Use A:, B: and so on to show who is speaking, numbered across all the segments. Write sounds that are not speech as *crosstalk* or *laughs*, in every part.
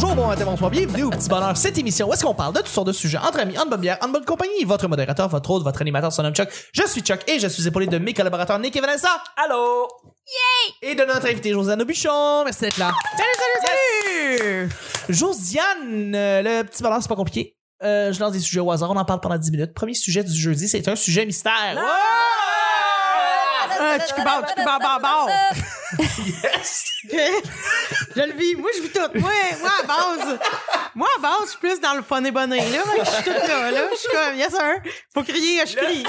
A: Bonsoir, bienvenue au Petit Bonheur, cette émission où est-ce qu'on parle de toutes sortes de sujets entre amis, en bonne bière, en bonne compagnie. Votre modérateur, votre hôte, votre animateur, son nom Chuck. Je suis Chuck et je suis épaulé de mes collaborateurs Nick et Vanessa.
B: Allô?
A: Et de notre invité Josiane Aubuchon. Merci d'être là.
B: Salut, salut, salut!
A: Josiane, euh, le Petit Bonheur, c'est pas compliqué. Euh, je lance des sujets au hasard, on en parle pendant 10 minutes. Premier sujet du jeudi, c'est un sujet mystère.
B: Ah, tchoukibar, tchoukibar, barbar. Je le vis. Moi, je vis tout. Moi, moi, à base. Moi, à base, je suis plus dans le fun et bonnet, là. Je suis toute là, là. Je suis comme, yes, sir. Faut crier, je crie.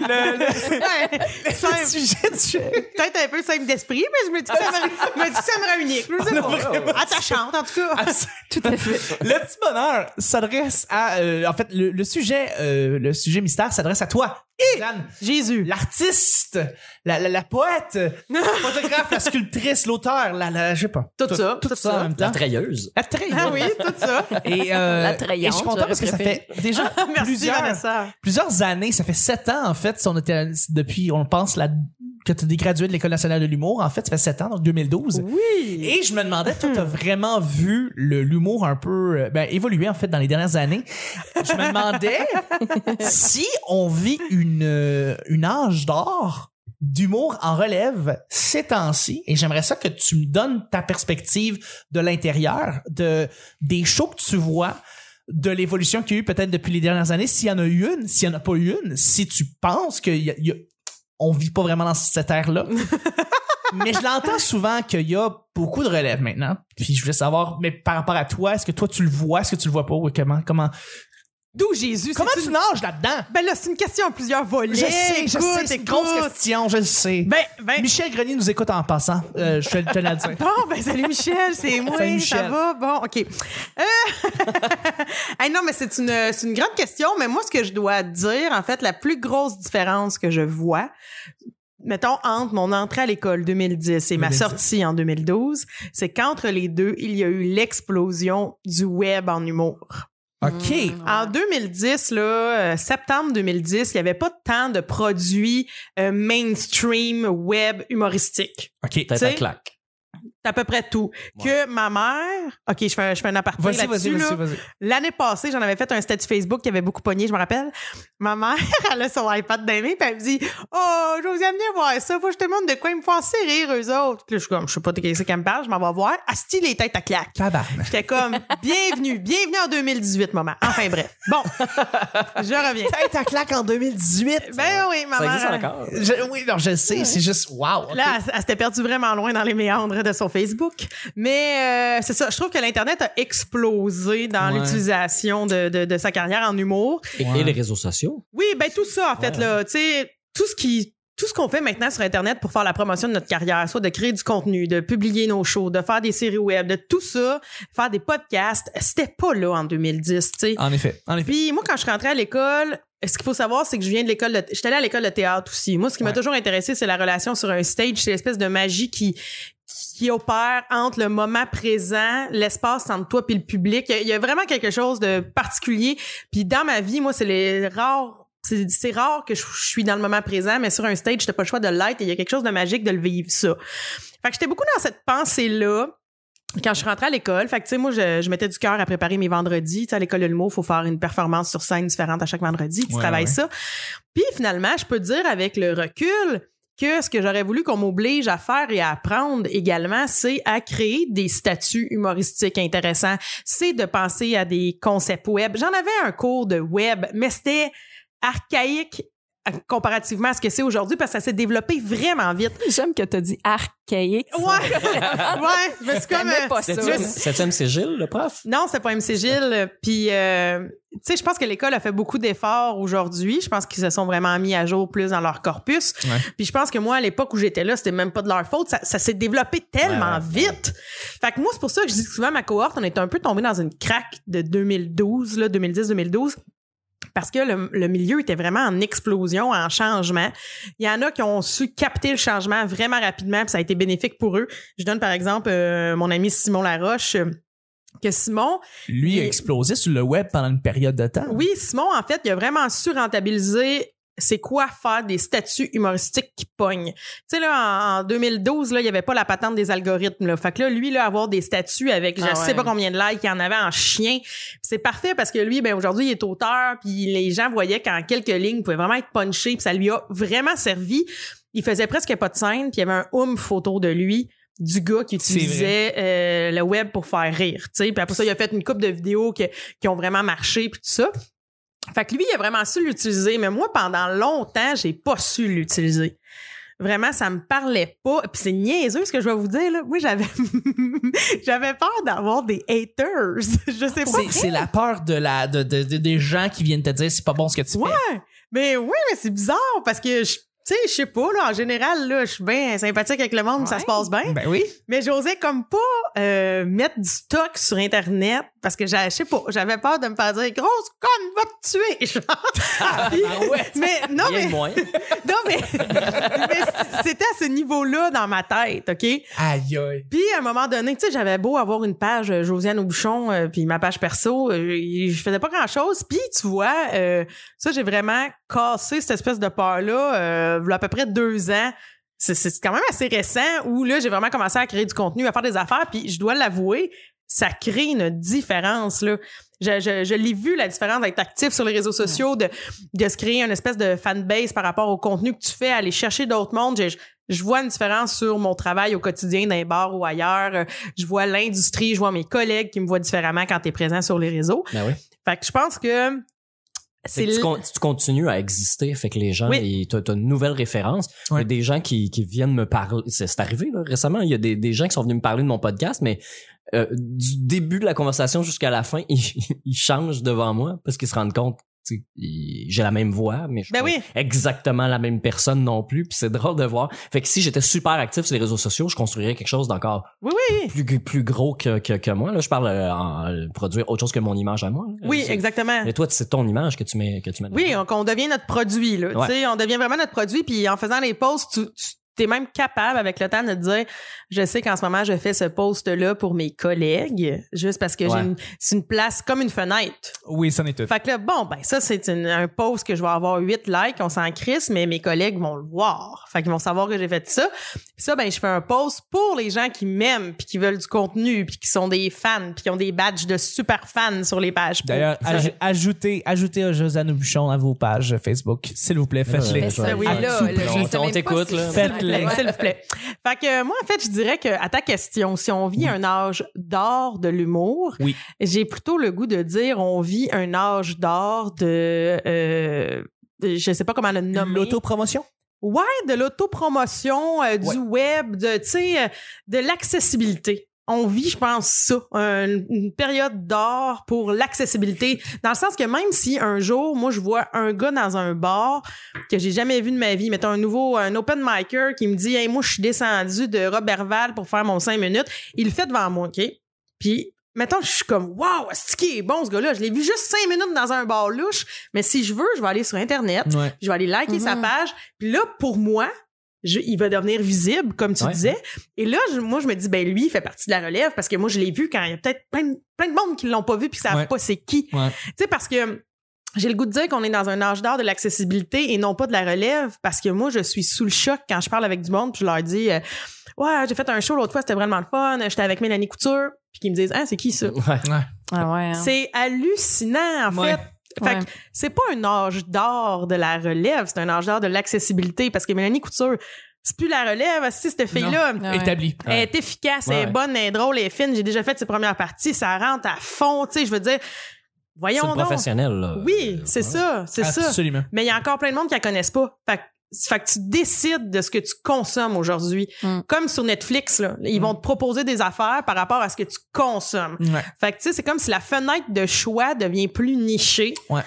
B: Ouais,
A: Le *laughs*
B: simple.
A: sujet du
B: Peut-être un peu simple d'esprit, mais je me dis que ça me, je me, dis que ça me rend unique. Je sais pas. Attachante, en tout
A: *laughs*
B: cas.
A: Tout à fait. Ah, Le petit bonheur s'adresse à euh, en fait le, le sujet euh, le sujet mystère s'adresse à toi. Jeanne,
B: Jésus.
A: l'artiste, la, la, la poète,
B: *laughs*
A: la photographe, la sculptrice, l'auteur, la, la je sais pas.
B: Tout ça,
A: tout,
B: tout
A: ça,
B: ça.
A: en même temps.
C: La treilleuse.
A: La traîne.
B: Ah oui, tout ça.
A: Et,
B: *laughs*
A: euh,
D: La traînante,
A: et je suis content parce que ça
D: j'aurais
A: fait déjà
B: Merci,
A: plusieurs,
B: Vanessa.
A: plusieurs années, ça fait sept ans en fait, si on était depuis, on pense, la, que tu es gradué de l'École nationale de l'humour, en fait, ça fait sept ans, donc 2012.
B: Oui.
A: Et je me demandais, toi, t'as vraiment vu le- l'humour un peu euh, ben, évoluer, en fait, dans les dernières années. Je me demandais si on vit une, euh, une âge d'or d'humour en relève ces temps-ci. Et j'aimerais ça que tu me donnes ta perspective de l'intérieur, de, des shows que tu vois, de l'évolution qu'il y a eu peut-être depuis les dernières années, s'il y en a eu une, s'il n'y en a pas eu une, si tu penses qu'on ne vit pas vraiment dans cette ère-là. mais je l'entends souvent qu'il y a beaucoup de relèves maintenant. Puis je voulais savoir, mais par rapport à toi, est-ce que toi tu le vois, est-ce que tu le vois pas? Ou comment comment,
B: D'où Jésus?
A: comment
B: c'est
A: tu
B: une-
A: nages là-dedans?
B: Ben là, c'est une question à plusieurs volets.
A: Je sais, je
B: Écoute,
A: sais, c'est une
B: écoute.
A: grosse question, je le sais.
B: Ben, ben,
A: Michel Grenier nous écoute en passant. Euh, je te le tenais à le *laughs* dire.
B: Bon, ben salut Michel, c'est moi,
A: Salut,
B: ça
A: Michel.
B: va? Bon, OK. Euh, *laughs* hey, non, mais c'est une, c'est une grande question, mais moi, ce que je dois dire, en fait, la plus grosse différence que je vois, mettons, entre mon entrée à l'école 2010 et ma
A: 2010.
B: sortie en 2012, c'est qu'entre les deux, il y a eu l'explosion du web en humour.
A: OK.
B: En 2010, là, euh, septembre 2010, il n'y avait pas tant de produits euh, mainstream web humoristiques.
A: OK.
C: Tête
B: Tu sais,
C: à claque.
B: C'est à peu près tout. Que ma mère, OK, je fais, un- je fais un aparté
A: Vas-y, vas-y,
B: là-dessus. là.
A: vas-y, vas-y.
B: L'année passée, j'en avais fait un statut Facebook qui avait beaucoup pogné, je me rappelle. Ma mère, *laughs* elle a son iPad dans les mains, puis elle me dit Oh, Josiane, viens voir ça, faut que je te montre de quoi ils me font assez rire, eux autres. Puis là, je suis comme, je sais pas de qui c'est qu'elle me parle, je m'en vais voir. Asti, les têtes à claque.
A: Tabarnak.
B: J'étais comme, bienvenue, bienvenue en 2018, maman. Enfin, bref.
A: *laughs*
B: Bon, je reviens.
A: Tête à claque en 2018.
B: Ben oui, maman.
C: Ça existe encore.
A: Je- oui, non, je le sais. C'est juste, wow. ok.
B: Là, elle, elle s'était perdue vraiment loin dans les méandres de son Facebook. Mais euh, c'est ça, je trouve que l'Internet a explosé dans
A: Ouais.
B: l'utilisation de, de- de sa carrière en humour.
C: Et,
A: Ouais.
C: et les réseaux sociaux.
B: Oui, ben tout ça, en fait,
C: Ouais.
B: là, tu sais, tout ce qui... Tout ce qu'on fait maintenant sur Internet pour faire la promotion de notre carrière, soit de créer du contenu, de publier nos shows, de faire des séries web, de tout ça, faire des podcasts, c'était pas là en 2010, tu sais.
A: En effet. En effet.
B: Puis moi, quand je suis rentrée à l'école, ce qu'il faut savoir, c'est que je viens de l'école. De... J'étais allée à l'école de théâtre aussi. Moi, ce qui m'a
A: Ouais.
B: toujours intéressé, c'est la relation sur un stage. C'est l'espèce de magie qui qui opère entre le moment présent, l'espace entre toi et le public. Il y a- il y, a vraiment quelque chose de particulier. Puis dans ma vie, moi, c'est les rares. C'est c'est rare que je, je suis dans le moment présent, mais sur un stage, t'as pas le choix de l'être et il y a quelque chose de magique de le vivre, ça. Fait que j'étais beaucoup dans cette pensée-là quand je suis rentrée à l'école, fait que, tu sais, moi, je, je mettais du cœur à préparer mes vendredis. Tu sais, à l'école de l'humour, faut faire une performance sur scène différente à chaque vendredi. Tu
A: Ouais,
B: travailles
A: ouais.
B: ça. Puis finalement, je peux dire avec le recul que ce que j'aurais voulu qu'on m'oblige à faire et à apprendre également, c'est à créer des statuts humoristiques intéressants. C'est de penser à des concepts web. J'en avais un cours de web, mais c'était archaïque euh, comparativement à ce que c'est aujourd'hui parce que ça s'est développé vraiment vite.
D: *laughs* J'aime que t'as dit archaïque.
B: Ouais, ouais, je me suis comme...
D: T'aimais
B: euh,
D: pas ça.
B: Je-
C: Septième, c'est Gilles, le prof?
B: *laughs* Non, c'est pas MC Gilles. Puis, euh, tu sais, je pense que l'école a fait beaucoup d'efforts aujourd'hui. Je pense qu'ils se sont vraiment mis à jour plus dans leur corpus.
A: Ouais.
B: Puis, je pense que moi, à l'époque où j'étais là, c'était même pas de leur faute. Ça, ça s'est développé tellement
C: Ouais,
B: vite. Fait que moi, c'est pour ça que je dis que souvent, ma cohorte, on est un peu tombé dans une craque de 2012, là, 2010-2012. Parce que le, le milieu était vraiment en explosion, en changement. Il y en a qui ont su capter le changement vraiment rapidement, puis ça a été bénéfique pour eux. Je donne par exemple euh, mon ami Simon Laroche, euh, que Simon,
A: Lui a
B: Et-
A: explosé sur le web pendant une période de temps.
B: oui, Simon, en fait, il a vraiment su rentabiliser c'est quoi faire des statuts humoristiques qui pognent. Tu sais, là, en, en 2012, là, il n'y avait pas la patente des algorithmes. Là. Fait que là, lui, là, avoir des statuts avec je
E: Ah ouais.
B: sais pas combien de likes, il y en avait en chien. C'est parfait parce que lui, ben aujourd'hui, il est auteur, puis les gens voyaient qu'en quelques lignes, il pouvait vraiment être punché, puis ça lui a vraiment servi. Il faisait presque pas de scène, puis il y avait un oum photo de lui du gars qui
A: C'est vrai.
B: utilisait euh, le web pour faire rire, tu sais. Puis après ça, il a fait une coupe de vidéos que- qui ont vraiment marché, puis tout ça. Fait que lui, il a vraiment su l'utiliser, mais moi, pendant longtemps, j'ai pas su l'utiliser. Vraiment, ça me parlait pas. Puis c'est niaiseux ce que je vais vous dire, là. Moi, j'avais, *laughs* j'avais peur d'avoir des haters. *laughs* je sais pas.
A: C'est, c'est la peur de la, de, de- de- des gens qui viennent te dire c'est pas bon ce que tu
B: Ouais.
A: fais.
B: Mais oui, mais c'est bizarre parce que, je- tu sais, je sais pas, là. En général, là, je suis bien sympathique avec le monde, ça
E: Ouais.
B: se passe bien.
A: Ben oui.
B: Mais j'osais comme pas euh, mettre du stock sur Internet parce que j'a- je sais pas, j'avais peur de me faire dire grosse conne va te tuer. *laughs* genre. Puis-
A: ouais.
B: Mais Ah non,
C: Rien
B: mais,
C: de moins.
B: non, mais, *laughs* mais c'était à ce niveau-là dans ma tête, OK?
A: Aïe, aïe.
B: Puis à un moment donné, tu sais, j'avais beau avoir une page euh, Josiane au bouchon, euh, puis ma page perso, euh, je faisais pas grand-chose. Puis tu vois, euh, ça j'ai vraiment cassé cette espèce de peur-là, euh, il y a à peu près deux ans. C'est- C'est quand même assez récent où là j'ai vraiment commencé à créer du contenu, à faire des affaires. Puis je dois l'avouer, ça crée une différence là. Je, je, je l'ai vu la différence d'être actif sur les réseaux sociaux, de, de se créer une espèce de fanbase par rapport au contenu que tu fais, aller chercher d'autres mondes. Je, je vois une différence sur mon travail au quotidien dans les bars ou ailleurs. Euh, Je vois l'industrie, je vois mes collègues qui me voient différemment quand tu es présent sur les réseaux.
C: Ben oui.
B: Fait que je pense que c'est
C: Fait que tu,
B: l-
C: con- tu continues à exister, fait que les gens,
B: Oui.
C: ils- t'as t'as une nouvelle référence. Il y
A: Ouais.
C: a des gens qui, qui viennent me parler. C'est c'est arrivé là, récemment. Il y a des, des gens qui sont venus me parler de mon podcast, mais euh, du début de la conversation jusqu'à la fin, *laughs* ils, ils changent devant moi parce qu'ils se rendent compte. tu sais, ils- J'ai la même voix, mais je suis
B: Ben
C: pas
B: oui.
C: exactement la même personne non plus. Puis c'est drôle de voir. Fait que si j'étais super actif sur les réseaux sociaux, je construirais quelque chose d'encore
B: Oui, oui.
C: plus, plus gros que, que, que moi. Là, je parle euh, en euh, produire autre chose que mon image à moi. là.
B: Oui,
C: Ah, C'est-
B: exactement.
C: mais toi, c'est ton image que tu mets. Que tu mets
B: Oui,
C: dedans.
B: on, qu'on devient notre produit. Là,
C: Ouais.
B: Tu sais, On devient vraiment notre produit. Puis en faisant les posts, tu, es même capable avec le temps de te dire je sais qu'en ce moment, je fais ce post-là pour mes collègues, juste parce que j'ai
C: Ouais.
B: une- c'est une place comme une fenêtre.
A: Oui, ça n'est tout.
B: Fait que là, bon, ben ça, c'est une- un post que je vais avoir 8 likes, on s'en crisse, mais mes collègues vont le voir. Fait qu'ils vont savoir que j'ai fait ça. Puis ça, ben, je fais un post pour les gens qui m'aiment, puis qui veulent du contenu, puis qui sont des fans, puis qui ont des badges de super fans sur les pages.
A: D'ailleurs, aj- ajoutez, ajoutez Josiane Bouchon à vos pages Facebook. S'il vous plaît, faites-les.
C: Ouais.
E: Fais ça, oui,
A: Ah,
E: là,
A: tu-
E: là, je
C: on-
E: sais
C: on
E: même pas
C: t'écoute,
E: si
C: là.
E: c'est vrai.
A: Faites-les.
B: S'il vous plaît. Fait que euh, moi, en fait, je dirais que à ta question, si on vit un âge d'or de l'humour,
A: Oui.
B: j'ai plutôt le goût de dire on vit un âge d'or de, euh, de- je sais pas comment le nommer.
A: L'autopromotion?
B: Ouais, de l'autopromotion, euh, du web, de, tu sais, euh, de l'accessibilité. On vit, je pense, ça, un- une période d'or pour l'accessibilité. Dans le sens que même si un jour, moi, je vois un gars dans un bar que j'ai jamais vu de ma vie, mettons un nouveau, un open micer qui me dit, hey, moi, je suis descendu de Robertval pour faire mon cinq minutes, il le fait devant moi, OK? Puis, mettons, je suis comme, waouh, c'est qui est bon, ce gars-là. Je l'ai vu juste cinq minutes dans un bar louche, mais si je veux, je vais aller sur Internet
A: Ouais.
B: je vais aller liker
E: Mhm.
B: sa page. Puis là, pour moi, je- il va devenir visible, comme tu
C: Ouais.
B: disais. Et là, je- moi, je me dis, ben lui, il fait partie de la relève parce que moi, je l'ai vu quand il y a peut-être plein, de- plein de monde qui l'ont pas vu puis qui savent
A: Ouais.
B: pas c'est qui.
A: Ouais.
B: Tu sais, parce que j'ai le goût de dire qu'on est dans un âge d'or de l'accessibilité et non pas de la relève parce que moi, je suis sous le choc quand je parle avec du monde puis je leur dis, euh, ouais, j'ai fait un show l'autre fois, c'était vraiment le fun, j'étais avec Mélanie Couture. Puis qu'ils me disent, ah, c'est qui ça?
C: Ouais.
E: Ah ouais. hein.
B: C'est hallucinant, en
A: Ouais.
B: fait. Fait que
E: Ouais.
B: c'est pas un âge d'or de la relève, c'est un âge d'or de l'accessibilité parce que Mélanie Couture, c'est plus la relève, si cette fille-là,
E: Non. Ah ouais.
A: Établi.
B: elle est efficace, elle
C: Ouais.
B: est bonne, elle est drôle, elle est fine, j'ai déjà fait ses premières parties, ça rentre à fond, tu sais, je veux dire,
C: C'est
B: voyons
C: une
B: donc.
C: professionnelle. là.
B: Oui,
C: Euh,
B: c'est
C: ouais.
B: ça, c'est ça.
A: Absolument.
B: Mais il y a encore plein de monde qui la connaissent pas. Fait que fait que tu décides de ce que tu consommes aujourd'hui.
E: Mm.
B: Comme sur Netflix, là,
C: Mm.
B: ils vont te proposer des affaires par rapport à ce que tu consommes.
A: Ouais.
B: Fait que tu sais, c'est comme si la fenêtre de choix devient plus nichée.
A: Ouais.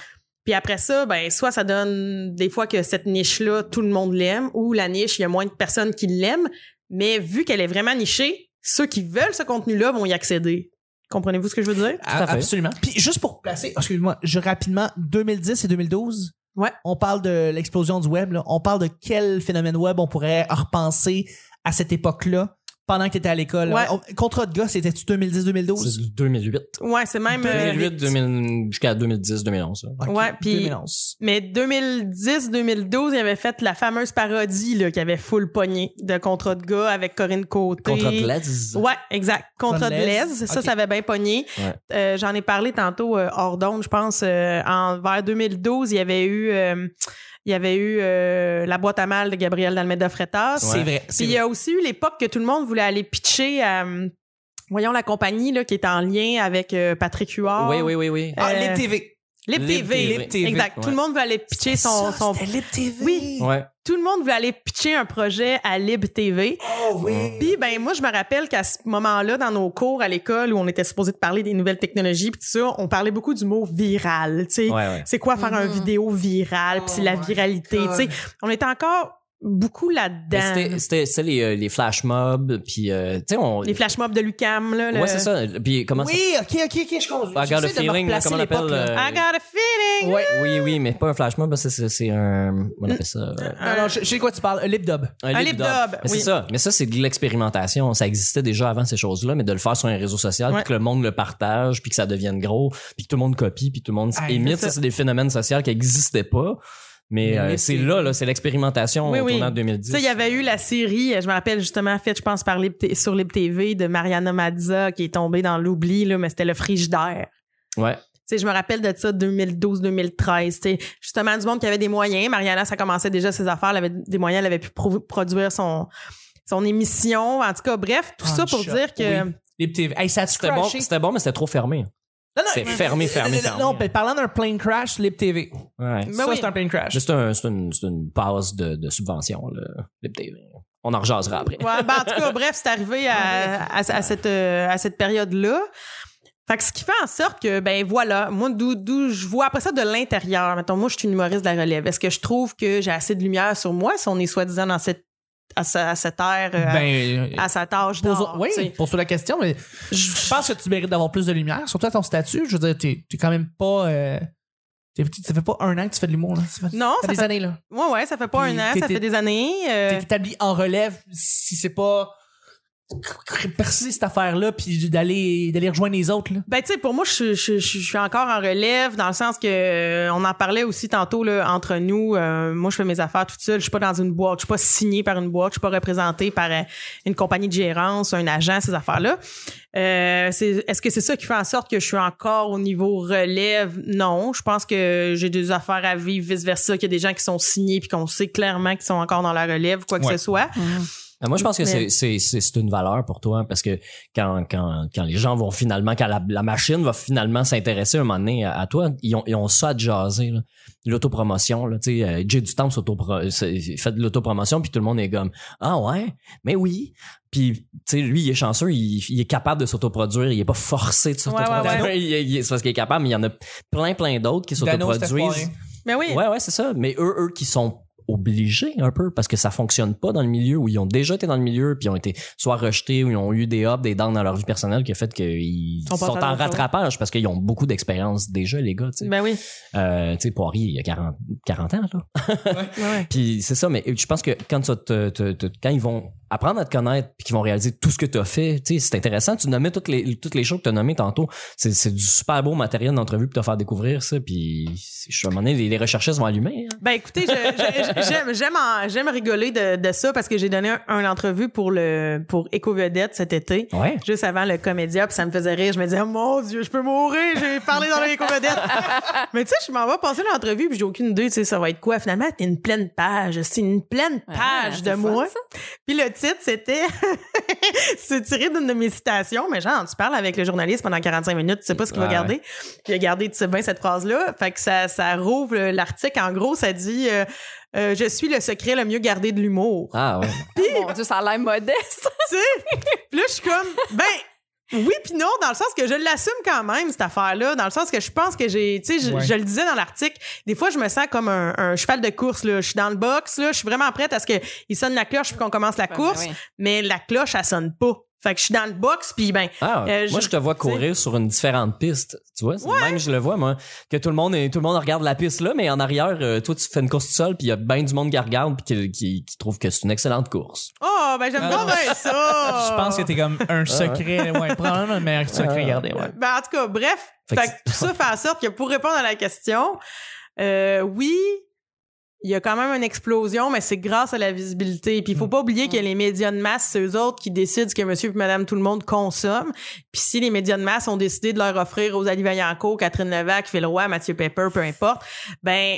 B: Puis après ça, ben soit ça donne des fois que cette niche-là, tout le monde l'aime, ou la niche, il y a moins de personnes qui l'aiment, mais vu qu'elle est vraiment nichée, ceux qui veulent ce contenu-là vont y accéder. Comprenez-vous ce que je veux dire?
A: A-
C: à fait.
A: Absolument. Puis juste pour placer, excuse-moi, je rapidement, 2010 et 2012.
B: Ouais.
A: On parle de l'explosion du web. là. On parle de quel phénomène web on pourrait repenser à cette époque-là pendant que t'étais à l'école.
B: Ouais.
A: Oh, Contrat de gars, c'était-tu 2010-2012?
C: C'est 2008.
B: Ouais, c'est même. euh,
C: 2008 2000 jusqu'à 2010, 2011. hein.
A: Ok,
B: Ouais, puis-
A: 2011.
B: Mais 2010-2012, il avait fait la fameuse parodie là, qui avait full pogné de Contrat de gars avec Corinne Côté.
C: Contrat de l'aise.
B: Ouais, exact. Contrat de
A: Contrat de
B: l'aise. Ça,
A: Ok.
B: ça avait bien pogné.
C: Ouais.
B: Euh, J'en ai parlé tantôt euh, hors d'onde, je pense. euh, en, vers 2012, il y avait eu, euh, il y avait eu euh, La boîte à mal de Gabriel d'Almeida Freitas.
A: C'est vrai. c'est
B: Ah, Puis il y a aussi eu l'époque que tout le monde voulait aller pitcher à, euh, voyons, la compagnie là, qui est en lien avec euh, Patrick Huard.
C: Oui, oui, oui, oui.
A: Ah,
B: Euh,
A: les TV.
B: Lip
C: Lip
B: TV.
C: TV. Lip
A: TV,
B: Exact. Tout
C: ouais.
B: le monde veut aller pitcher son. son-
A: C'était Lip TV.
B: Oui.
C: Ouais.
B: Tout le monde veut aller pitcher un projet à Lib TV.
A: Oh oui.
B: Puis, ben, moi, je me rappelle qu'à ce moment-là, dans nos cours à l'école où on était supposé de parler des nouvelles technologies, puis tout ça, on parlait beaucoup du mot viral. Tu sais,
C: Ouais, ouais.
B: c'est quoi faire un
D: Mhm.
B: vidéo virale, puis c'est la
D: Oh my
B: viralité. Tu sais, on était encore beaucoup
C: Mais
B: là-dedans.
C: C'était c'était- c'était les, euh, les flash mobs, puis euh, tu sais, on.
B: Les flash euh, mobs de Lucam, là. le-
C: Ouais, c'est ça. Puis comment
A: Oui, ok, ok, ok, je comprends.
C: Ah, regarde le
A: J'essaie de me
C: feeling, là,
A: replacer
C: comment on
A: l'époque,
C: l'appelle,
A: là.
C: euh,
B: I got a feeling.
A: Ouais.
C: ça? Oui, oui, mais pas un flash mob, c'est- c'est c'est un. On appelle ça. euh,
A: Non, non, je je sais de quoi tu parles. Euh, Lip dub.
B: Un
C: lip
B: lip
C: dub.
B: dub,
C: Mais
B: oui.
C: c'est ça. Mais ça, c'est de l'expérimentation. Ça existait déjà avant ces choses-là, mais de le faire sur un réseau social,
B: Ouais.
C: puis que le monde le partage, puis que ça devienne gros, puis que tout le monde copie, puis tout le monde
A: Ah,
C: imite.
B: c'est ça.
C: Ça, c'est des phénomènes sociaux qui n'existaient pas. Mais
A: Mais
C: euh,
A: les-
C: c'est là, là, c'est l'expérimentation
B: Oui,
C: au
B: oui.
C: tournant de 2010.
B: Tu sais, il y avait eu la série, euh, je me rappelle justement, faite, je pense, par Lib T- sur Lib TV de Mariana Mazza qui est tombée dans l'oubli, là, mais c'était le frigidaire.
C: Ouais.
B: Tu sais, je me rappelle de ça 2012-2013. tu sais, Justement, du monde qui avait des moyens. Mariana, ça commençait déjà ses affaires. Elle avait des moyens. Elle avait pu pro- produire son, son émission. En tout cas, bref, tout ça pour
A: Punch-Up,
B: dire que...
A: oui. Lip TV. Hey, ça a-tu
C: C'était bon,
A: crashé?
C: c'était bon, mais c'était trop fermé.
A: Non, non,
C: C'était
A: mais-
C: fermé, fermé,
A: non,
C: fermé.
A: Non, mais parlant d'un plane crash, Lip TV.
C: Ouais.
A: ça,
B: Mais Ben oui. Euh,
A: c'est un plane crash.
C: Juste un, c'est une, c'est une passe de, de subvention, là. Lip TV. On en rejasera après.
B: *laughs* Ouais, ben, en tout cas, bref, c'est arrivé à, à, à cette, euh, à cette période-là. Fait que ce qui fait en sorte que, ben voilà, moi, d'où, d'où je vois après ça de l'intérieur. Mettons, moi, je suis une humoriste de la relève. Est-ce que je trouve que j'ai assez de lumière sur moi si on est soi-disant dans cette, à, sa- à cette ère, euh,
A: Ben,
B: à, à cette âge
A: pose-
B: d'or,
A: oui,
B: tu sais.
A: pose la question, mais je pense que tu mérites d'avoir plus de lumière, surtout à ton statut. Je veux dire, t'es t'es quand même pas. euh, t'es- ça fait pas un an que tu fais de l'humour, là. Ça fait,
B: Non,
A: ça fait
B: ça
A: des
B: fait-
A: années, là.
B: Ouais, ouais, ça fait pas
A: Puis
B: un an, ça
A: t'étais-
B: fait des années. euh,
A: T'es établi en relève si c'est pas. Percer cette affaire-là, puis d'aller d'aller rejoindre les autres, là.
B: Ben tu sais, pour moi, je, je, je, je suis encore en relève dans le sens que euh, on en parlait aussi tantôt là entre nous. Euh, moi, je fais mes affaires toute seule. Je suis pas dans une boîte. Je suis pas signée par une boîte. Je suis pas représentée par euh, une compagnie de gérance, un agent, ces affaires-là. Euh, c'est- Est-ce que c'est ça qui fait en sorte que je suis encore au niveau relève Non, je pense que j'ai des affaires à vivre vice versa. Qu'il y a des gens qui sont signés puis qu'on sait clairement qu'ils sont encore dans la relève, quoi que
A: Ouais.
B: ce soit.
D: Mm.
C: Ah, Moi, je pense que
B: Mais-
C: c'est- c'est c'est- c'est une valeur pour toi hein, parce que quand, quand, quand les gens vont finalement, quand la, la machine va finalement s'intéresser un moment donné à, à toi, ils ont, ils ont ça à te jaser. là. L'autopromotion, là, tu sais, euh, Jay du temps fait de l'autopromotion, puis tout le monde est comme Ah ouais, mais oui. Puis, tu sais, lui, il est chanceux, il, il est capable de s'autoproduire, il est pas forcé de s'autoproduire.
B: ouais,
A: ouais.
C: Il- il- il- C'est parce qu'il est capable, mais il y en a plein, plein d'autres qui
A: Dano, c'était foiré.
C: s'autoproduisent.
B: Mais Ben oui.
C: Ouais, ouais, c'est ça. Mais eux, eux qui sont obligés un peu parce que ça fonctionne pas dans le milieu où ils ont déjà été dans le milieu puis ils ont été soit rejetés ou ils ont eu des ups, des downs dans leur vie personnelle qui a fait qu'ils
B: Sont pas
C: sont,
B: faire
C: en
B: d'autres
C: rattrapage parce qu'ils ont beaucoup d'expérience déjà, les gars. Tu sais,
B: Ben oui.
C: Euh, tu sais, Poirier, il y a 40, 40 ans, là.
B: Ouais.
C: Puis c'est ça, mais je pense que quand, ça te- te- te- quand ils vont apprendre à te connaître puis qu'ils vont réaliser tout ce que tu as fait, tu sais, c'est intéressant. Tu nommais toutes les, toutes les choses que tu as nommées tantôt. C'est c'est du super beau matériel d'entrevue pour te faire découvrir ça. Puis je suis à un moment donné, les, les recherchistes vont allumer. hein.
B: Ben écoutez, je- je- je- j'aime j'aime en- j'aime rigoler de, de ça parce que j'ai donné un, un entrevue pour le pour Éco Vedette cet été.
C: Ouais.
B: *laughs* Juste avant le comédia, puis ça me faisait rire. Je me disais, Oh mon Dieu, je peux mourir, j'ai parlé dans les
D: *laughs*
B: Vedette. Mais tu sais, je m'en vais passer l'entrevue, puis j'ai aucune idée, tu sais, ça va être quoi. Finalement, t'es une pleine page. C'est une pleine
D: Ah,
B: page
D: c'est
B: de moi.
D: fun, ça.
B: Puis le titre, c'était. *laughs* c'est tiré d'une de mes citations, mais genre, tu parles avec le journaliste pendant 45 minutes, tu sais pas ce qu'il va
C: Ouais.
B: garder. Puis il a gardé, tu sais bien, cette phrase-là. Fait que ça, ça rouvre l'article. En gros, ça dit euh, euh, Je suis le secret le mieux gardé de l'humour.
C: Ah ouais.
D: Oh Mon Dieu, ça a l'air modeste.
B: tu sais? Puis là, je suis comme. Ben. Oui, puis non, dans le sens que je l'assume quand même, cette affaire-là, dans le sens que je pense que j'ai, tu sais, je,
A: Ouais.
B: je le disais dans l'article, des fois, je me sens comme un, un cheval de course, là. Je suis dans le box, là, je suis vraiment prête à ce qu'il sonne la cloche puis qu'on commence la course,
D: Ben oui.
B: mais la cloche, elle sonne pas. Fait que je suis dans le box, puis ben,
C: Ah,
B: Euh,
C: moi,
B: je-
C: je te vois courir sur une différente piste. Tu vois, c'est le même je le vois, moi. Que tout le monde, est- tout le monde regarde la piste là, mais en arrière, euh, toi, tu fais une course tout seul, puis il y a bien du monde qui regarde, puis qui, qui- qui trouve que c'est une excellente course.
B: oh, ben j'aime
A: Ah.
B: bien ben ça.
A: Je pense que t'es comme un secret, ouais, probablement le meilleur secret gardé,
B: *laughs*
A: ouais.
B: Ben, en tout cas, bref,
C: Fait
B: fait
C: que
B: que tout ça fait en sorte que pour répondre à la question, euh, oui, il y a quand même une explosion, mais c'est grâce à la visibilité. Puis il faut
C: Mm.
B: pas oublier que les médias de masse, c'est eux autres qui décident ce que monsieur et madame tout le monde consomme. Puis si les médias de masse ont décidé de leur offrir Rosalie Vaillancourt, Catherine Levac, Phil Roy, Mathieu Pepper, peu importe, ben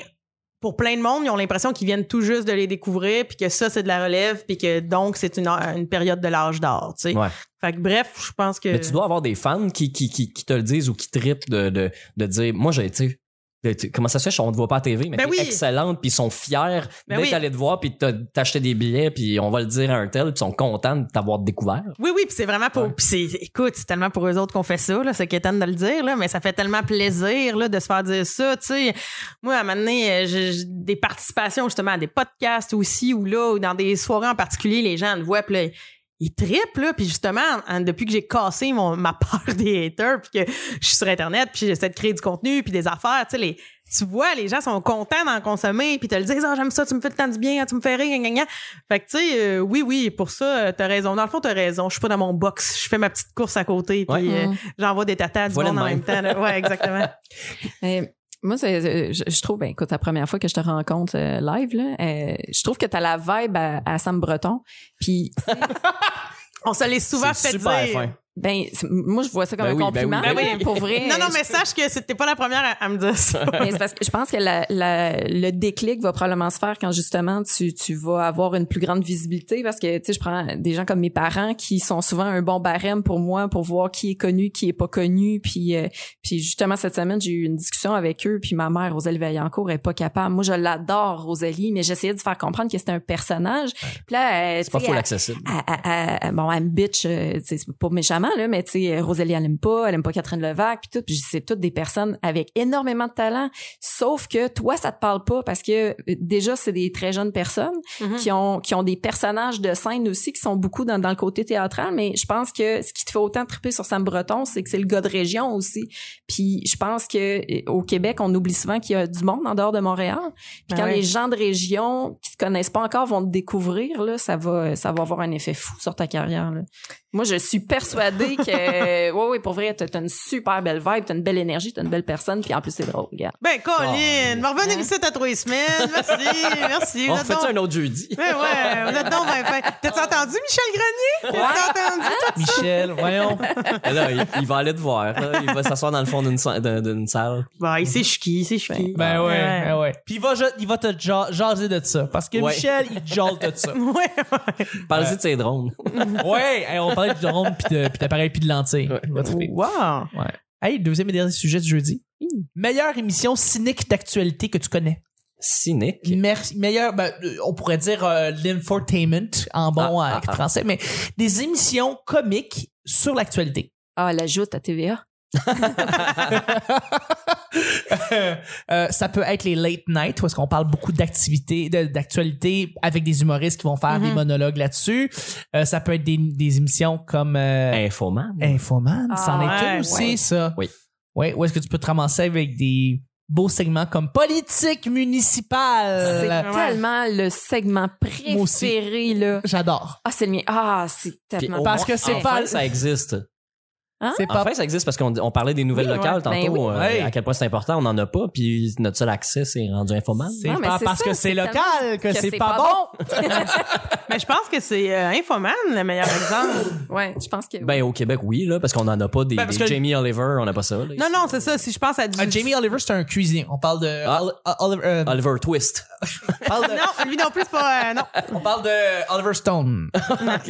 B: pour plein de monde, ils ont l'impression qu'ils viennent tout juste de les découvrir, puis que ça, c'est de la relève, puis que donc, c'est une, une période de l'âge d'or, tu sais.
C: Ouais.
B: Fait que bref, je pense que...
C: Mais tu dois avoir des fans qui, qui, qui, qui te le disent ou qui trippent de, de, de dire, moi, j'ai, tu sais, de- tu- Comment ça se fait? On ne te voit pas à la TV, mais
B: Ben
C: t'es
B: oui.
C: excellente, puis ils sont fiers
B: Ben
C: d'être
B: oui.
C: allés te voir, puis de t'acheter des billets, puis on va le dire à un tel, puis ils sont contents de t'avoir découvert.
B: Oui, oui, puis c'est vraiment pour.
C: Ouais.
B: Puis c'est, écoute, c'est tellement pour eux autres qu'on fait ça, là, c'est quétaine de le dire, là, mais ça fait tellement plaisir là, de se faire dire ça. Tu sais, moi, à un moment donné, euh, j'ai j'ai des participations justement à des podcasts aussi ou là, ou dans des soirées en particulier, les gens le voient, puis là, ils trippent, là. Puis justement, en- depuis que j'ai cassé mon, ma peur *laughs* des haters, puis que je suis sur Internet, puis j'essaie de créer du contenu, puis des affaires, tu sais, les. Tu vois, les gens sont contents d'en consommer, puis te le disent, Ah, j'aime ça, tu me fais le temps du bien, ah, tu me fais rire, gna, gna, gna. Fait que, tu sais, euh, oui, oui, pour ça, euh, t'as raison. Dans le fond, t'as raison. Je suis pas dans mon box. Je fais ma petite course à côté, puis
D: Ouais.
B: euh,
D: Mm.
B: j'envoie des tatas du
C: Voilà
B: monde en
C: de même.
B: même temps. là. Ouais,
C: *laughs*
B: exactement.
D: Euh, moi, c'est- euh, je, je trouve, ben, écoute, la première fois que je te rencontre euh, live, là, euh, je trouve que t'as la vibe à, à Sam Breton. Puis,
B: On se l'est souvent
C: C'est
B: fait
C: super
B: dire.
C: fin.
D: ben, c'est- moi, je vois ça comme
C: Ben
D: un
C: oui, ben
D: compliment.
C: oui, ben
D: là,
C: oui.
D: Pour vrai.
B: Non, non,
D: je-
B: mais sache que c'était pas la première à, à me dire ça.
D: Mais c'est parce que je pense que la- la- le déclic va probablement se faire quand justement tu, tu vas avoir une plus grande visibilité parce que tu sais je prends des gens comme mes parents qui sont souvent un bon barème pour moi pour voir qui est connu qui est pas connu puis euh, puis justement cette semaine j'ai eu une discussion avec eux puis ma mère Rosalie Vaillancourt est pas capable moi je l'adore Rosalie mais j'essayais de faire comprendre que c'était un personnage puis là euh,
C: C'est pas
D: tu sais,
C: full
D: elle-
C: accessible. *laughs*
D: à- à- à- bon, elle me bitch, euh, tu sais, c'est pas méchamment, là, mais tu sais, euh, Rosalie, elle aime pas, elle aime pas Catherine Levac, puis tout, puis c'est toutes des personnes avec énormément de talent, sauf que toi, ça te parle pas parce que euh, déjà, c'est des très jeunes personnes qui ont qui ont des personnages de scène aussi qui sont beaucoup dans, dans le côté théâtral mais je pense que ce qui te fait autant triper sur Sam Breton c'est que c'est le gars de région aussi puis je pense que euh, au Québec on oublie souvent qu'il y a du monde en dehors de Montréal puis
B: Ben
D: quand
B: ouais.
D: les gens de région qui te connaissent pas encore vont te découvrir là ça va ça va avoir un effet fou sur ta carrière là. moi je suis persuadée que ouais ouais pour vrai t'as t'as une super belle vibe t'as une belle énergie t'as une belle personne puis en plus c'est drôle regarde
B: Ben, Colin, me revenez ici à trois semaines. Merci, merci.
C: On
B: Vous êtes
C: refait ça
B: donc-
C: un autre *laughs* jeudi.
B: Ben ouais, vous êtes donc ben fin. T'as-tu entendu Michel Grenier? T'as-tu entendu?
A: Michel, voyons.
C: Ben Là, il, il va aller te voir. là. Il va s'asseoir dans le fond d'une sa- d'un- d'une salle.
B: Ben, il sait je suis qui, c'est je suis qui.
A: Ben ouais,
B: Ouais.
A: ben ouais. Puis il va, ja- il va te ja- jaser de ça. Parce que
C: Ouais.
A: Michel, il te jase de
B: *laughs*
A: ça.
B: Ouais, ouais.
C: Parlez-y de ses drones.
A: ouais, hey, on parlait de drone, puis de- puis d'appareil, puis de lentilles.
C: Ouais.
A: Il va triper.
B: Oh, Wow.
A: Hey, deuxième et dernier sujet du jeudi. Meilleure émission cynique d'actualité que tu connais.
C: Cynique.
A: Merci. Meilleur, ben, euh, on pourrait dire euh, l'infotainment en bon euh,
C: Ah, ah, ah.
A: français, mais des émissions comiques sur l'actualité.
D: ah la joute à TVA
A: Euh, ça peut être les late night où est-ce qu'on parle beaucoup d'activités, de- d'actualité avec des humoristes qui vont faire des
B: Mhm.
A: monologues là-dessus. Euh, ça peut être des, des émissions comme euh,
C: Infoman.
A: Infoman,
D: Ah,
A: c'en est
B: ouais,
A: une aussi,
D: ouais.
A: ça.
C: Oui.
A: Ouais, où est-ce que tu peux te ramasser avec des beaux segments comme politique
D: C'est
A: municipale.
B: Ouais.
D: tellement le segment
A: Moi aussi.
D: préféré, là.
A: J'adore.
D: Ah, c'est le mien. Ah, c'est tellement...
A: au- Parce que c'est
C: enfin,
A: pas-
C: ça existe.
A: C'est pas
C: Enfin, ça existe parce qu'on on parlait des nouvelles
D: Oui,
C: locales
D: ouais.
C: tantôt.
D: Ben oui.
C: euh,
A: Ouais.
C: À quel point c'est important, on n'en a pas. Puis notre seul accès, c'est rendu Infoman.
A: c'est
D: Non, mais
A: pas
D: c'est
A: parce
D: ça,
A: que
D: c'est
A: c'est local que,
D: que
A: c'est pas, bon.
B: Mais je pense que c'est euh, Infoman le meilleur exemple.
D: *laughs* *coughs* ouais, je pense que... oui.
C: Ben, au Québec, oui, là, parce qu'on n'en a pas des,
A: Ben, parce
C: des
A: que-
C: Jamie Oliver, on n'a pas ça. là,
B: Non,
C: ici.
B: non, c'est ça. Si je pense à du...
A: Ah, Jamie Oliver, c'est un cuisinier. On parle de
C: Ah.
A: Oli- Oliver, euh,
C: Oliver Twist.
A: parle de-
B: Non, lui non plus, c'est pas. euh, non.
A: on parle de Oliver Stone.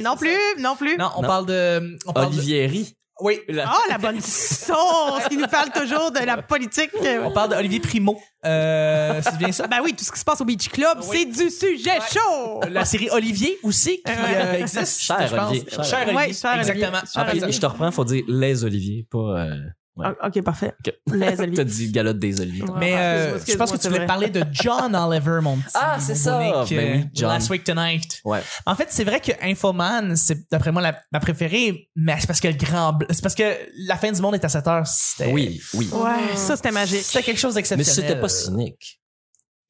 B: non plus, non plus.
A: Non, on
C: Non.
A: parle de. On parle de-
C: Olivieri.
A: oui.
C: La-
B: Oh, la bonne sauce qui nous parle toujours de la politique.
A: On parle d'Olivier Primo. Euh, c'est bien
B: *laughs*
A: ça?
B: Ben oui, tout ce qui se passe au Beach Club,
A: Oui.
B: c'est du sujet chaud.
A: La série Olivier aussi qui euh, existe.
C: Cher
A: je pense.
C: Olivier, cher
A: Cher Olivier.
B: Ouais, cher Olivier.
A: exactement.
B: Cher
C: Ah, puis,
B: Olivier.
C: je te reprends, faut dire les Olivier, pas. euh, Ouais.
B: Ah, OK, parfait.
C: Ok.
B: Les
C: *laughs* T'as dit galotte des oliviers.
B: Ouais.
A: Mais
B: Ah,
A: euh,
B: excuse-moi,
A: je pense que
B: excuse-moi,
A: tu
B: c'est
A: voulais
B: vrai.
A: parler de John Oliver, mon petit.
C: Ah, c'est ça.
A: Monique,
C: Ben oui,
A: euh,
C: John.
A: Last Week Tonight.
C: Ouais.
A: En fait, c'est vrai que Infoman, c'est d'après moi la, ma préférée, mais c'est parce que le grand. bl- C'est parce que la fin du monde est à 7 heures. C'était,
C: Oui, oui.
B: Ouais, ça, c'était magique.
A: C'était quelque chose
C: Mais
A: d'exceptionnel.
C: c'était pas cynique.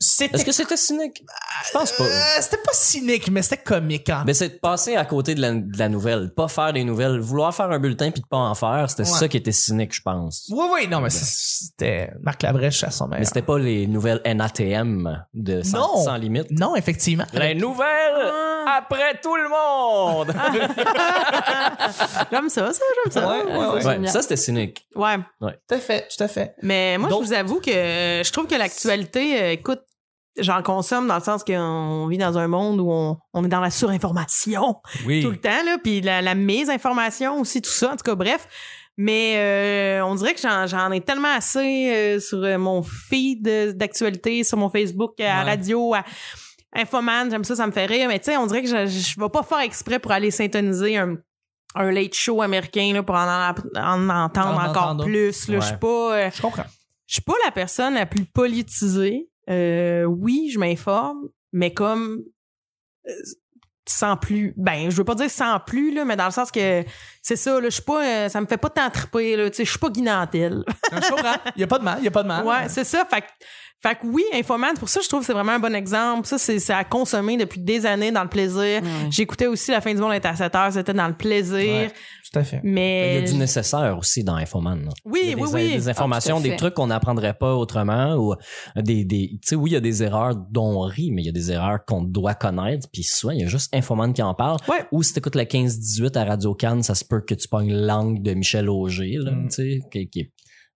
A: C'était,
C: Est-ce que c'était cynique? Je pense pas.
A: Euh, c'était pas cynique, mais c'était comique quand
C: Mais c'est de passer à côté de la, de la nouvelle, pas faire des nouvelles, vouloir faire un bulletin puis de pas en faire, c'était
A: Ouais.
C: ça qui était cynique, je pense.
A: Oui, oui, non, mais c'est- c'était Marc Labrèche à son meilleur.
C: Mais c'était pas les nouvelles NATM de sans,
A: Non.
C: Sans limite.
A: Non, effectivement.
C: Les nouvelles
B: Ah,
C: après tout le monde.
B: J'aime ça, ça, j'aime ça.
A: Ouais, ouais, ouais.
C: *laughs* Ouais,
D: Génial.
C: ça c'était cynique.
B: Ouais.
A: Tout à fait, tout à fait.
B: Mais moi,
A: Donc-
B: je vous avoue que euh, je trouve que l'actualité, euh, écoute, j'en consomme dans le sens qu'on vit dans un monde où on, on est dans la surinformation
A: Oui.
B: tout le temps, là, puis la, la mésinformation aussi, tout ça, en tout cas, bref. Mais euh, on dirait que j'en, j'en ai tellement assez euh, sur euh, mon feed euh, d'actualité, sur mon Facebook, à la
A: Ouais.
B: radio, à Infoman, j'aime ça, ça me fait rire. Mais tu sais, on dirait que je ne vais pas faire exprès pour aller syntoniser un, un late show américain là, pour en, en- en entendre
A: En
B: encore
A: entendre.
B: plus. là. Je suis
C: Ouais.
B: pas... euh,
A: Je comprends.
B: je suis pas la personne la plus politisée. Euh, oui, je m'informe, mais comme euh, sans plus. Ben, je veux pas dire sans plus là, mais dans le sens que c'est ça. Là, je suis pas, euh, ça me fait pas tant triper là. Tu sais, je suis pas guinantelle.
A: Non, Je comprends. Il y a pas de mal, il y a pas de
C: Ah.
A: mal.
B: ouais, c'est ça. Fait que, fait que oui, Infoman. Pour ça, je trouve que c'est vraiment un bon exemple. Ça, c'est c'est à consommer depuis des années dans le plaisir. J'écoutais aussi la fin du monde était à 7 heures. C'était dans le plaisir,
A: Ouais, tout à fait.
B: mais
C: Il y a du nécessaire aussi dans Infoman. là. Il y
B: oui,
C: a
B: oui,
C: des, il y a
B: oui.
C: des informations,
D: Ah, tout à
C: des
D: fait.
C: trucs qu'on n'apprendrait pas autrement ou des, des tu sais, oui, il y a des erreurs dont on rit, mais il y a des erreurs qu'on doit connaître puis souvent, il y a juste Infoman qui en parle.
B: Ouais.
C: Ou si t'écoutes la 15-18 à Radio Cannes, ça se peut que tu pognes l'angle de Michel Auger, là,
A: Mm.
C: tu sais, qui, qui est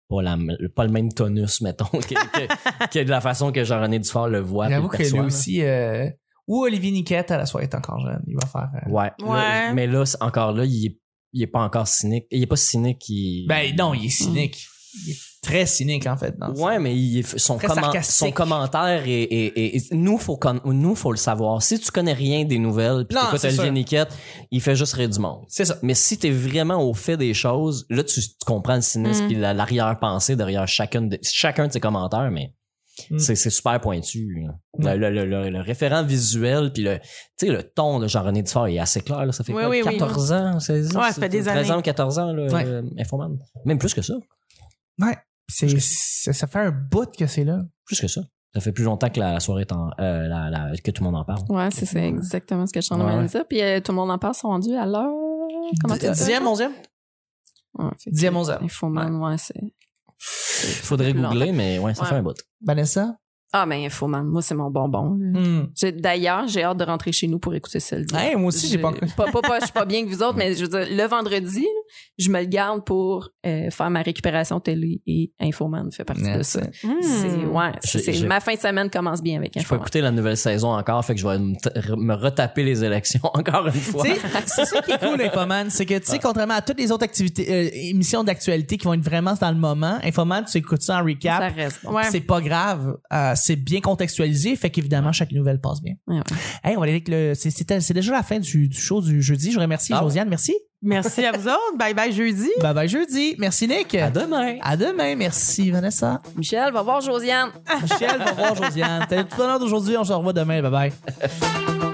C: pas, la, le- pas le même tonus, mettons, *laughs* que, que- que de la façon que Jean-René Dufort le voit. puis
A: J'avoue
C: le
A: que
C: perçoit,
A: lui
C: là.
A: aussi. euh, Ou Olivier Niquette à la soirée est encore jeune. Il va faire. euh,
C: Ouais.
B: Ouais.
C: Là, mais là, c'est- encore là, il est, il est pas encore cynique. Il est pas cynique. Il...
A: Ben non, il est cynique. Il est très cynique en fait. dans le
C: Ouais, mais il est- son,
A: Très
C: comment-
A: sarcastique.
C: son commentaire est, est- est- est- nous faut con- nous faut le savoir. Si tu connais rien des nouvelles, puis
A: Non,
C: t'écoutes
A: c'est
C: Olivier
A: sûr.
C: Niquette, il fait juste rire du monde.
A: C'est ça.
C: Mais si t'es vraiment au fait des choses, là tu, tu comprends le cynisme
B: Mm.
C: puis la- l'arrière-pensée derrière chacun de, chacun de ses commentaires, mais
A: Mm.
C: c'est c'est super pointu. là.
A: Mm.
C: Le, le- le- le- le référent visuel puis le tu sais le ton de Jean-René Dufort est assez clair. là. Ça fait
B: Oui,
C: quoi,
B: oui, oui.
C: 14 ans, 16 ans,
B: Ouais, ça fait des années.
C: 13 ans, 14 ans, là,
A: Ouais.
C: euh, Infoman. Même plus que ça,
A: C'est- c'est- ça fait un bout que c'est là.
C: plus que ça. Ça fait plus longtemps que la soirée est en, euh, la- la- que tout le monde en parle.
D: Ouais, c'est c'est exactement ce que je suis en train de
C: Ouais.
D: dire. Puis euh, tout le monde en parle, sont rendus à l'heure. Comment tu dis?
A: Dixième, onzième? Dixième, onzième.
D: Infoman, ouais, c'est.
C: Faudrait
D: plus
C: googler, mais ouais, ça
D: Ouais.
C: fait un bout.
A: Vanessa?
D: Ah, mais Infoman, moi, c'est mon bonbon. là.
A: Hmm.
D: J'ai- D'ailleurs, j'ai hâte de rentrer chez nous pour écouter celle-là.
A: Hey, moi aussi, j'ai pas encore-
D: pas, pas, pas- Je suis pas bien que vous autres, mais je veux dire, le vendredi, là, je me le garde pour euh, faire ma récupération télé et Infoman fait partie de ça.
B: Hmm.
D: C'est, ouais,
C: J'ai-
D: c'est-
C: j'ai-
D: ma fin de semaine commence bien avec
C: Je vais
D: Infoman.
C: écouter la nouvelle saison encore, fait que je vais me, t- me retaper les élections *laughs* encore une fois.
A: Tu sais, c'est ça qui est cool, Infoman, c'est que, tu sais, contrairement à toutes les autres activités, euh, émissions d'actualité qui vont être vraiment dans le moment, Infoman, tu écoutes ça en
D: Ça
A: recap.
D: reste bon.
B: Ouais.
A: C'est pas grave, Euh, c'est bien contextualisé, fait qu'évidemment, chaque nouvelle passe bien.
D: Ouais, ouais.
A: Hey, on va aller avec le. C'est c'était- c'est déjà la fin du, du show du jeudi. Je remercie
C: Ah ouais.
A: Josiane, merci.
B: Merci à vous autres. Bye bye jeudi.
A: Bye bye jeudi. Merci Nick.
C: À demain!
A: À demain, merci Vanessa.
D: Michel, va voir Josiane.
A: Michel, au revoir Josiane. T'as eu tout à l'heure d'aujourd'hui, on se revoit demain. Bye bye.